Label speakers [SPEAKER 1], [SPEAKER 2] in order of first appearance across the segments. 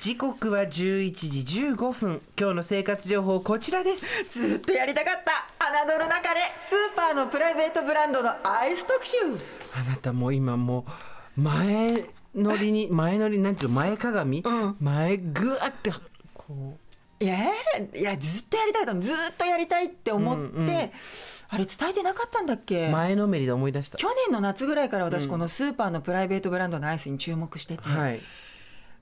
[SPEAKER 1] 時刻は11時15分今日の生活情報こちらです
[SPEAKER 2] ずっとやりたかった侮る中でスーパーのプライベートブランドのアイス特集
[SPEAKER 1] あなたもう今もう前乗り に前乗りなんていうの前かがみ、
[SPEAKER 2] うん
[SPEAKER 1] 前ぐわってこ
[SPEAKER 2] いやいやずっとやりたいずっとやりたいって思って、
[SPEAKER 1] うんうん
[SPEAKER 2] あれ伝えてなかったんだっけ
[SPEAKER 1] う前のめりで思い出した
[SPEAKER 2] 去年の夏ぐらいから私このスーパーのプライベートブランドのアイスに注目してて、
[SPEAKER 1] はい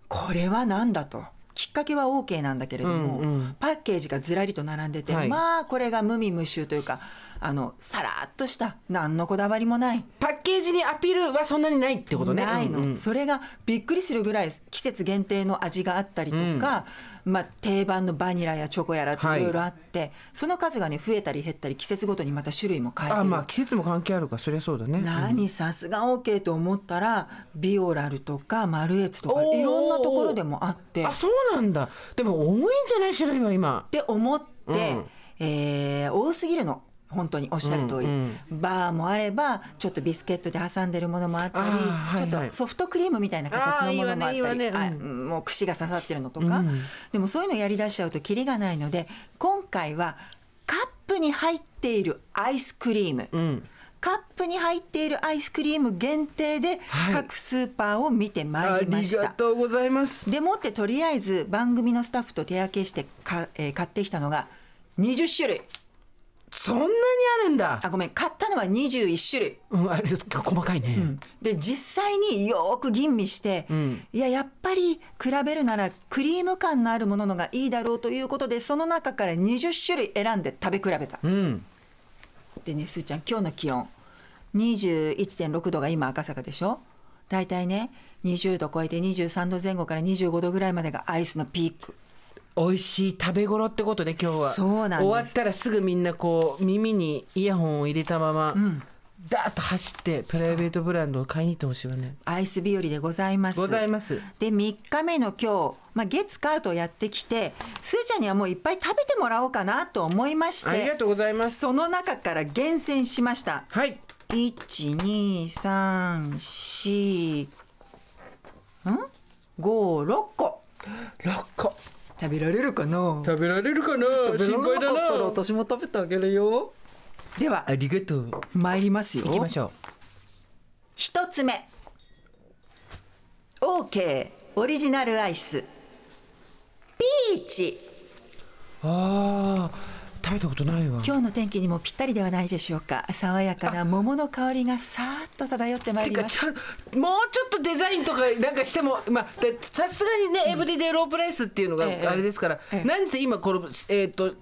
[SPEAKER 2] これは何だと。きっかけは OK なんだけれども、
[SPEAKER 1] うんうん
[SPEAKER 2] パッケージがずらりと並んでて、
[SPEAKER 1] はい
[SPEAKER 2] まあこれが無味無臭というかあのさらっとした何のこだわりもない
[SPEAKER 1] パッケージにアピールはそんなにないってことね
[SPEAKER 2] ないの、
[SPEAKER 1] うんうん
[SPEAKER 2] それがびっくりするぐらい季節限定の味があったりとか、まあ、定番のバニラやチョコやらって
[SPEAKER 1] はい
[SPEAKER 2] いろいろあって、その数がね増えたり減ったり季節ごとにまた種類も変えて
[SPEAKER 1] あ
[SPEAKER 2] る
[SPEAKER 1] まあ季節も関係あるかそりゃそうだね
[SPEAKER 2] 何さすが OK と思ったらビオラルとかマルエツとか
[SPEAKER 1] おー
[SPEAKER 2] いろんなところでもあってっ
[SPEAKER 1] あそうなんだでも多いんじゃない種類は今
[SPEAKER 2] て思って、
[SPEAKER 1] うん
[SPEAKER 2] えー多すぎるの本当におっしゃる通り、
[SPEAKER 1] うん
[SPEAKER 2] バーもあればちょっとビスケットで挟んでるものもあったり、
[SPEAKER 1] あーはいはい
[SPEAKER 2] ちょっとソフトクリームみたいな形のものもあったり
[SPEAKER 1] あーいいわねいいわね
[SPEAKER 2] あ
[SPEAKER 1] う
[SPEAKER 2] もう串が刺さってるのとか、
[SPEAKER 1] うん
[SPEAKER 2] でもそういうのやりだしちゃうとキリがないので今回はカップに入っているアイスクリーム、
[SPEAKER 1] うん
[SPEAKER 2] カップに入っているアイスクリーム限定で
[SPEAKER 1] はい
[SPEAKER 2] 各スーパーを見てま
[SPEAKER 1] あ
[SPEAKER 2] いりま
[SPEAKER 1] り
[SPEAKER 2] した、
[SPEAKER 1] がとうございます
[SPEAKER 2] でもってとりあえず番組のスタッフと手分けしてか、えー買ってきたのが20種類
[SPEAKER 1] そんなにあるんだ
[SPEAKER 2] あごめん買ったのは21種類
[SPEAKER 1] うんあれ細かいね、
[SPEAKER 2] で実際によーく吟味して、
[SPEAKER 1] ん
[SPEAKER 2] いややっぱり比べるならクリーム感のあるもののがいいだろうということでその中から20種類選んで食べ比べた
[SPEAKER 1] うん
[SPEAKER 2] でねすーちゃん今日の気温21.6度が今赤坂でしょだいたいね20度超えて23度前後から25度ぐらいまでがアイスのピーク
[SPEAKER 1] 美味しい食べ頃ってことね今日は
[SPEAKER 2] そうなんです
[SPEAKER 1] 終わったらすぐみんなこう耳にイヤホンを入れたまま、ダーッと走ってプライベートブランドを買いに行ってほしいわね
[SPEAKER 2] アイス日和でございます
[SPEAKER 1] ございます
[SPEAKER 2] で3日目の今日、まあ、月カートやってきてすーちゃんにはもういっぱい食べてもらおうかなと思いまし
[SPEAKER 1] ありが
[SPEAKER 2] て
[SPEAKER 1] とうございます
[SPEAKER 2] その中から厳選しました
[SPEAKER 1] はい
[SPEAKER 2] 1234ん56個
[SPEAKER 1] 6個
[SPEAKER 2] 食べられるかな
[SPEAKER 1] 食べられるかな心配だな
[SPEAKER 2] 私も食べてあげるよでは
[SPEAKER 1] ありがとう
[SPEAKER 2] 参りますよ
[SPEAKER 1] 行きましょ
[SPEAKER 2] 一つ目 OK オリジナルアイスピーチ
[SPEAKER 1] うあー食べたことないわ
[SPEAKER 2] 今日の天気にもぴったりではないでしょうか爽やかな桃の香りがさーっと漂ってまい
[SPEAKER 1] て
[SPEAKER 2] り
[SPEAKER 1] か
[SPEAKER 2] ます
[SPEAKER 1] ちゃんもうちょっとデザインとかなんかしてもまあでさすがにね、エブリデイロープライスっていうのが
[SPEAKER 2] ええ
[SPEAKER 1] あれですから、
[SPEAKER 2] ええ
[SPEAKER 1] なんせ今このえっ、と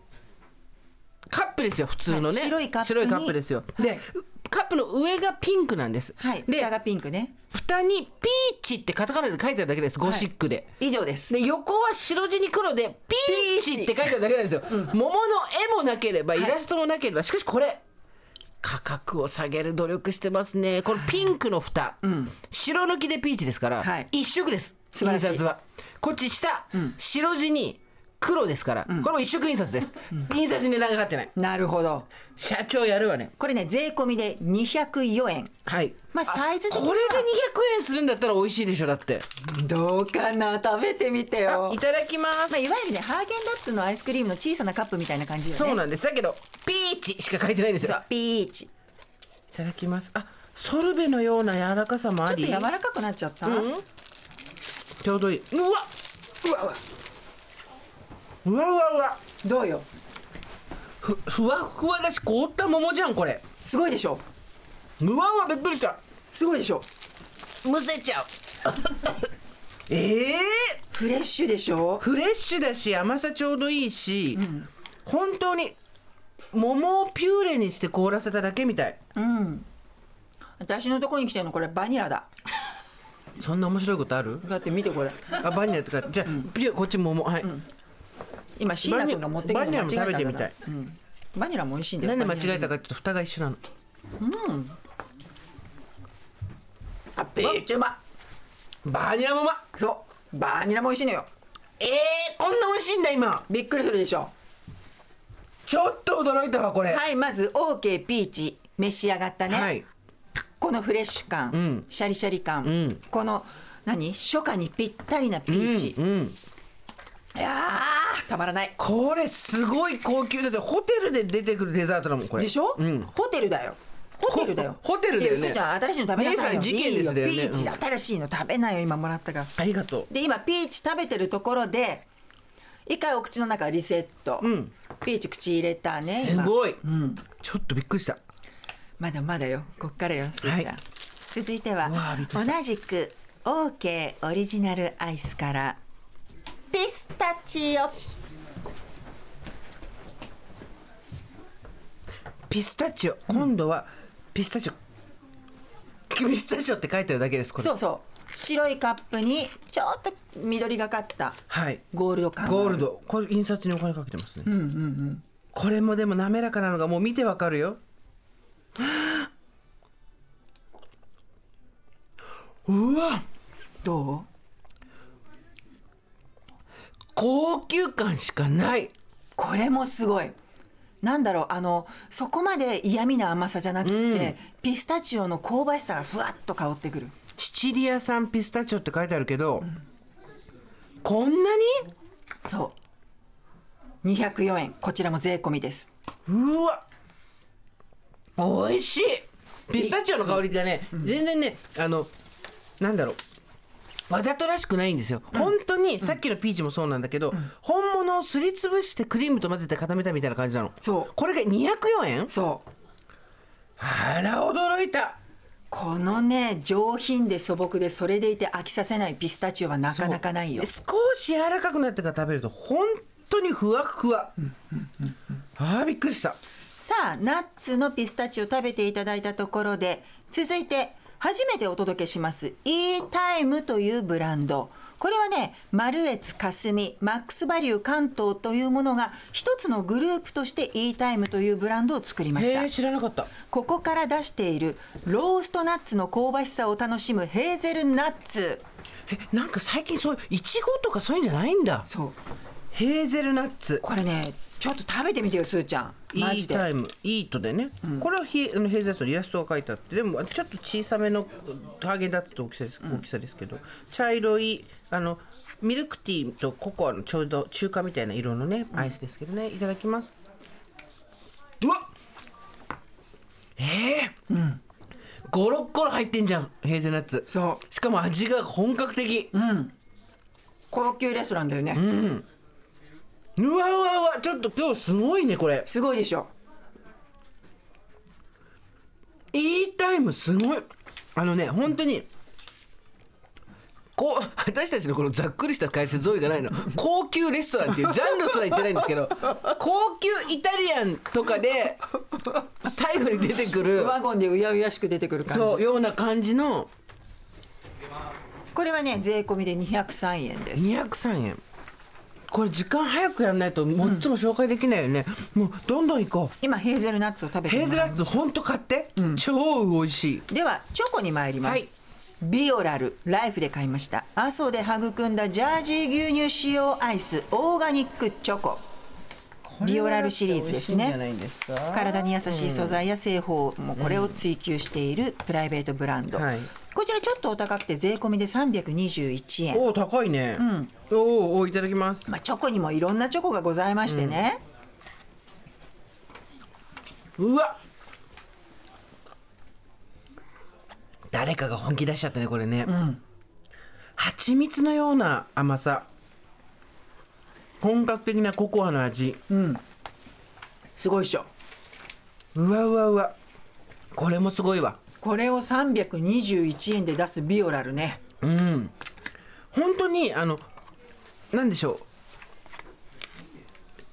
[SPEAKER 1] カップですよ普通のね、
[SPEAKER 2] はい白いカップに
[SPEAKER 1] ですよ、
[SPEAKER 2] はい
[SPEAKER 1] でカップの上がピンクなんです、
[SPEAKER 2] はい
[SPEAKER 1] で
[SPEAKER 2] 蓋がピンクね
[SPEAKER 1] 蓋にピーチってカタカナで書いてあるだけですゴシックで、
[SPEAKER 2] 以上です
[SPEAKER 1] で横は白地に黒でピーチって書いてあるだけなんですよ、桃の絵もなければイラストもなければ、しかしこれ価格を下げる努力してますねこのピンクの蓋、白抜きでピーチですから、
[SPEAKER 2] はい
[SPEAKER 1] 一色です
[SPEAKER 2] 素晴らしい
[SPEAKER 1] 印刷はこっち下、白地に黒ですから、これも一色印刷です、印刷に値段がかかってない
[SPEAKER 2] なるほど
[SPEAKER 1] 社長やるわね
[SPEAKER 2] これね税込みで204円
[SPEAKER 1] はい
[SPEAKER 2] まあサイズ的に
[SPEAKER 1] こ
[SPEAKER 2] は
[SPEAKER 1] れで200円するんだったら美味しいでしょだって
[SPEAKER 2] どうかな食べてみて
[SPEAKER 1] いただきます
[SPEAKER 2] まあ、いわゆるねハーゲンダッツのアイスクリームの小さなカップみたいな感じよね
[SPEAKER 1] そうなんですだけどピーチしか書いてないんですよ
[SPEAKER 2] そうピーチち
[SPEAKER 1] いただきますあソルベのような柔らかさも
[SPEAKER 2] ょっ
[SPEAKER 1] あ
[SPEAKER 2] と
[SPEAKER 1] り
[SPEAKER 2] 柔らかくなっちゃった、
[SPEAKER 1] んちょうどいいうわ
[SPEAKER 2] うわうわ
[SPEAKER 1] うわうわうわ
[SPEAKER 2] どうよ
[SPEAKER 1] ふふわふわだし凍った桃じゃんこれ
[SPEAKER 2] すごいでしょ
[SPEAKER 1] うわうわびっくりした
[SPEAKER 2] すごいでしょ
[SPEAKER 1] むせちゃう ええ
[SPEAKER 2] フレッシュでしょ
[SPEAKER 1] フレッシュだし甘さちょうどいいし、本当に桃をピューレにして凍らせただけみたい
[SPEAKER 2] 私のとこに来てるのこれバニラだ
[SPEAKER 1] そんな面白いことある
[SPEAKER 2] だって見てこれ
[SPEAKER 1] あバニラとかじゃあ、ピューこっち桃はい、
[SPEAKER 2] 今椎名君が持ってきた
[SPEAKER 1] バニラも食べてみたい
[SPEAKER 2] うん、バニラも美味しいんだ
[SPEAKER 1] な
[SPEAKER 2] よ
[SPEAKER 1] んで間違えたかっていうと蓋が一緒なの
[SPEAKER 2] あベーチうま
[SPEAKER 1] バニラ桃
[SPEAKER 2] そうバニラも美味しいのよ
[SPEAKER 1] えー、こんな美味しいんだ今
[SPEAKER 2] びっくりするでしょ
[SPEAKER 1] ちょっと驚いたわこれ
[SPEAKER 2] はいまず OK ピーチ召し上がったね、
[SPEAKER 1] はい
[SPEAKER 2] このフレッシュ感、
[SPEAKER 1] ん
[SPEAKER 2] シャリシャリ感、
[SPEAKER 1] ん
[SPEAKER 2] この何初夏にぴったりなピーチ、
[SPEAKER 1] うん
[SPEAKER 2] いやーたまらない
[SPEAKER 1] これすごい高級だってホテルで出てくるデザートだもんこれ
[SPEAKER 2] でしょ、
[SPEAKER 1] うん
[SPEAKER 2] ホテルだよホテルだよ
[SPEAKER 1] ホホテルだよね
[SPEAKER 2] いやうすーちゃん新しいの食べなさいよ
[SPEAKER 1] 姉さん事件ですよね
[SPEAKER 2] いいピーチ
[SPEAKER 1] う
[SPEAKER 2] 新しいの食べなよ今もらったから
[SPEAKER 1] ありがとう
[SPEAKER 2] で今ピーチ食べてるところで一回お口の中リセット、
[SPEAKER 1] ん
[SPEAKER 2] ピーチ口入れたね
[SPEAKER 1] す
[SPEAKER 2] 今
[SPEAKER 1] ごい、
[SPEAKER 2] ん
[SPEAKER 1] ちょっとびっくりした
[SPEAKER 2] まだまだよこっからよすーちゃん、
[SPEAKER 1] はい
[SPEAKER 2] 続いては
[SPEAKER 1] うわーびっく
[SPEAKER 2] 同
[SPEAKER 1] りし
[SPEAKER 2] じく OK オリジナルアイスからピスタチオ
[SPEAKER 1] ピスタチオ今度はピスタチオ、ピスタチオって書いてあるだけですこれ
[SPEAKER 2] そうそう白いカップにちょっと緑がかった
[SPEAKER 1] はい
[SPEAKER 2] ゴールド感
[SPEAKER 1] ゴールドこれ印刷にお金かけてますねうんうんうんこれもでも滑らかなのがもう見てわかるようわ
[SPEAKER 2] どう
[SPEAKER 1] 高級感しかない
[SPEAKER 2] これもすごいなんだろうあのそこまで嫌味な甘さじゃなくて、ピスタチオの香ばしさがふわっと香ってくる
[SPEAKER 1] シチリア産ピスタチオって書いてあるけど、こんなに
[SPEAKER 2] そう204円こちらも税込みです
[SPEAKER 1] うわ美味しいピスタチオの香りがね、全然ねあのなんだろうわざとらしくないんですよ、本当にさっきのピーチもそうなんだけど、本物をすりつぶしてクリームと混ぜて固めたみたいな感じなの
[SPEAKER 2] そう
[SPEAKER 1] これが204円
[SPEAKER 2] そう
[SPEAKER 1] あら驚いた
[SPEAKER 2] このね上品で素朴でそれでいて飽きさせないピスタチオはなかなかないよ
[SPEAKER 1] 少し柔らかくなってから食べると本当にふわふわ、あーびっくりした
[SPEAKER 2] さあナッツのピスタチオ食べていただいたところで続いて初めてお届けします「e タイムというブランドこれはねマルエツ霞マックスバリュー関東というものが一つのグループとして e タイムというブランドを作りまし
[SPEAKER 1] へ
[SPEAKER 2] た
[SPEAKER 1] え知らなかった
[SPEAKER 2] ここから出しているローストナッツの香ばしさを楽しむヘーゼルナッツ
[SPEAKER 1] えなんか最近そういういちごとかそういうんじゃないんだ
[SPEAKER 2] そう
[SPEAKER 1] ヘーゼルナッツ
[SPEAKER 2] これねちょっと食べてみてよすーちゃん
[SPEAKER 1] イ
[SPEAKER 2] マジ
[SPEAKER 1] ータ
[SPEAKER 2] で
[SPEAKER 1] イムイートでね、これはヒあのヘーゼルナッツのイラストが書いてあってでもちょっと小さめのハーゲンダッツって大きさです大きさですけど、茶色いあのミルクティーとココアのちょうど中華みたいな色のねアイスですけどね、いただきますうわええー56個入ってんじゃんヘーゼルナッツ
[SPEAKER 2] そう
[SPEAKER 1] しかも味が本格的、
[SPEAKER 2] 高級レストランだよね、
[SPEAKER 1] うわうわうわちょっと今日すごいねこれ
[SPEAKER 2] すごいでしょ
[SPEAKER 1] いいタイムすごいあのね本当にこう私たちのこのざっくりした解説通りがないの高級レストランっていうジャンルすら言ってないんですけど高級イタリアンとかで最後に出てくる
[SPEAKER 2] ワゴンでうやうやしく出てくる感じ
[SPEAKER 1] そうような感じの
[SPEAKER 2] これはね税込みで203円です
[SPEAKER 1] 203円これ時間早くやんないともっちも紹介できないよね、もうどんどん行こう
[SPEAKER 2] 今ヘーゼルナッツを食べて
[SPEAKER 1] ヘー
[SPEAKER 2] ま
[SPEAKER 1] ズ
[SPEAKER 2] す
[SPEAKER 1] ラッツほんと買って、超美味しい
[SPEAKER 2] ではチョコに参ります、
[SPEAKER 1] はい
[SPEAKER 2] ビオラルライフで買いました阿蘇で育んだジャージー牛乳使用アイスオーガニックチョコビオラルシリーズですね
[SPEAKER 1] これはだって美味しいんじゃないですか
[SPEAKER 2] 体に優しい素材や製法もこれを追求しているプライベートブランド、
[SPEAKER 1] はい
[SPEAKER 2] こちらちょっとお高くて税込みで321円
[SPEAKER 1] おお高いね、おーおーいただきます
[SPEAKER 2] まあ、チョコにもいろんなチョコがございましてね、
[SPEAKER 1] うわ誰かが本気出しちゃったねこれね、蜂蜜のような甘さ本格的なココアの味、う
[SPEAKER 2] すごいっしょ
[SPEAKER 1] わうわうわこれもすごいわ
[SPEAKER 2] これを321円で出すビオラルね
[SPEAKER 1] 本当にあのなんでしょう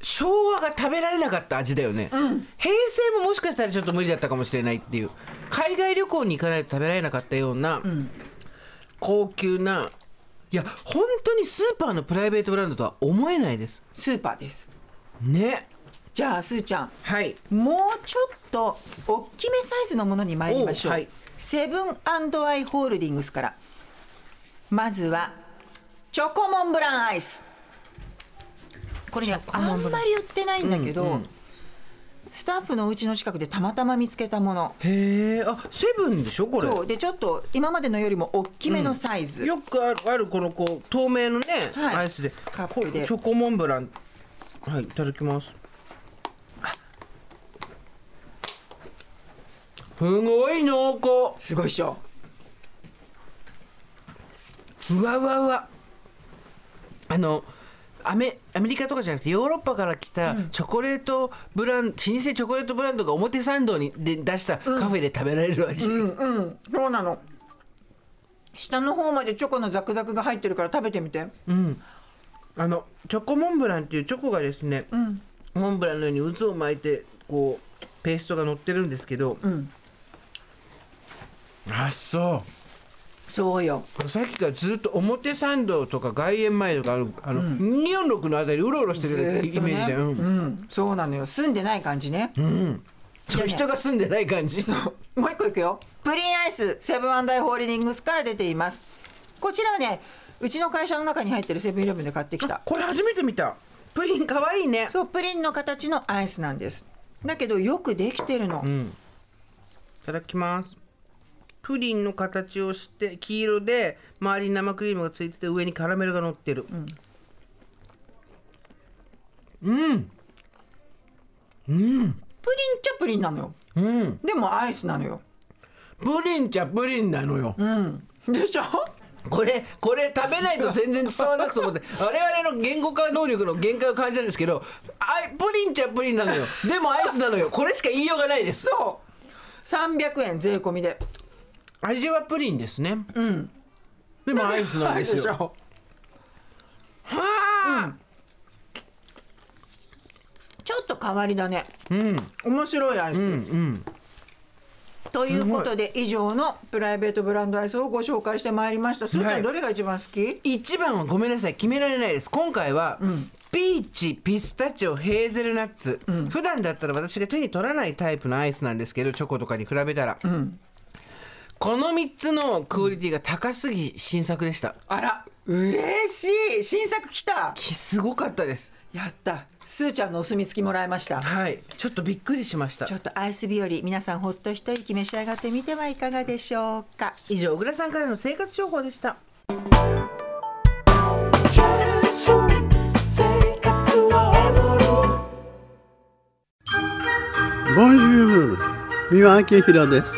[SPEAKER 1] 昭和が食べられなかった味だよね、平成ももしかしたらちょっと無理だったかもしれないっていう海外旅行に行かないと食べられなかったような、高級ないや本当にスーパーのプライベートブランドとは思えないです
[SPEAKER 2] スーパーです
[SPEAKER 1] ね
[SPEAKER 2] じゃあすーちゃん
[SPEAKER 1] はい
[SPEAKER 2] もうちょっと大きめサイズのものに参りましょう、
[SPEAKER 1] おはい
[SPEAKER 2] セブンアイ・ホールディングスからまずはチョコモンブランアイスこれねあんまり売ってないんだけど、スタッフのお家の近くでたまたま見つけたもの
[SPEAKER 1] へえあセブンでしょこれ
[SPEAKER 2] そうでちょっと今までのよりも大きめのサイズ、
[SPEAKER 1] よくあるあるこのこう透明のね、
[SPEAKER 2] はい
[SPEAKER 1] アイスで
[SPEAKER 2] カップで
[SPEAKER 1] こうチョコモンブランはいいただきますあすごい濃厚
[SPEAKER 2] すごいっしょ
[SPEAKER 1] ふわふわふわあのアメアメリカとかじゃなくてヨーロッパから来たチョコレートブラン、老舗チョコレートブランドが表参道にで出したカフェで食べられる味、
[SPEAKER 2] うんうんそうなの下の方までチョコのザクザクが入ってるから食べてみて
[SPEAKER 1] あのチョコモンブランっていうチョコがですね、モンブランのように渦を巻いてこうペーストが乗ってるんですけど、
[SPEAKER 2] ん
[SPEAKER 1] あそ
[SPEAKER 2] そうよ
[SPEAKER 1] うさっきからずっと表参道とか外苑前とかあのあの、246のあたりうろうろして
[SPEAKER 2] ず
[SPEAKER 1] る
[SPEAKER 2] ーっ
[SPEAKER 1] イ
[SPEAKER 2] と
[SPEAKER 1] メージ
[SPEAKER 2] ね
[SPEAKER 1] だよ、
[SPEAKER 2] う
[SPEAKER 1] うん
[SPEAKER 2] んそうなのよ住んでない感じね、
[SPEAKER 1] そう人が住んでない感じ
[SPEAKER 2] もう一個いくよプリンアイスセブンアイ・ホールディングスから出ていますこちらはねうちの会社の中に入ってるセブンイレブンで買ってきた
[SPEAKER 1] これ初めて見たプリンかわいいね
[SPEAKER 2] そうプリンの形のアイスなんですだけどよくできてるの、
[SPEAKER 1] いただきますプリンの形をして黄色で周りに生クリームがついてて上にカラメルが乗ってるうん、うん
[SPEAKER 2] プリンっちゃプリンなのよでもアイスなのよ
[SPEAKER 1] プリンちゃプリンなのよ、
[SPEAKER 2] でしょ
[SPEAKER 1] これこれ食べないと全然伝わらなくと思って我々の言語化能力の限界を感じるんですけどあいプリンちゃプリンなのよでもアイスなのよこれしか言いようがないです
[SPEAKER 2] そう300円税込みで
[SPEAKER 1] 味はプリンですねうんでもアイスなんですよ
[SPEAKER 2] ょ
[SPEAKER 1] はあ、
[SPEAKER 2] ちょっと変わりだね
[SPEAKER 1] うん
[SPEAKER 2] 面白いアイス、
[SPEAKER 1] うんうん
[SPEAKER 2] ということで以上のプライベートブランドアイスをご紹介してまいりましたすーちゃん、
[SPEAKER 1] はい
[SPEAKER 2] どれが一番好き
[SPEAKER 1] 一番はごめんなさい決められないです今回は、ピーチピスタチオヘーゼルナッツ、普段だったら私が手に取らないタイプのアイスなんですけどチョコとかに比べたら、この3つのクオリティが高すぎ新作でした、
[SPEAKER 2] あら嬉しい新作来た
[SPEAKER 1] きすごかったです
[SPEAKER 2] やったすーちゃんのお墨付きもらいました
[SPEAKER 1] はいちょっとびっくりしました
[SPEAKER 2] ちょっとアイス日和皆さんほっと一息召し上がってみてはいかがでしょうか
[SPEAKER 1] 以上小倉さんからの生活情報でした
[SPEAKER 3] ボンジュール三輪明宏です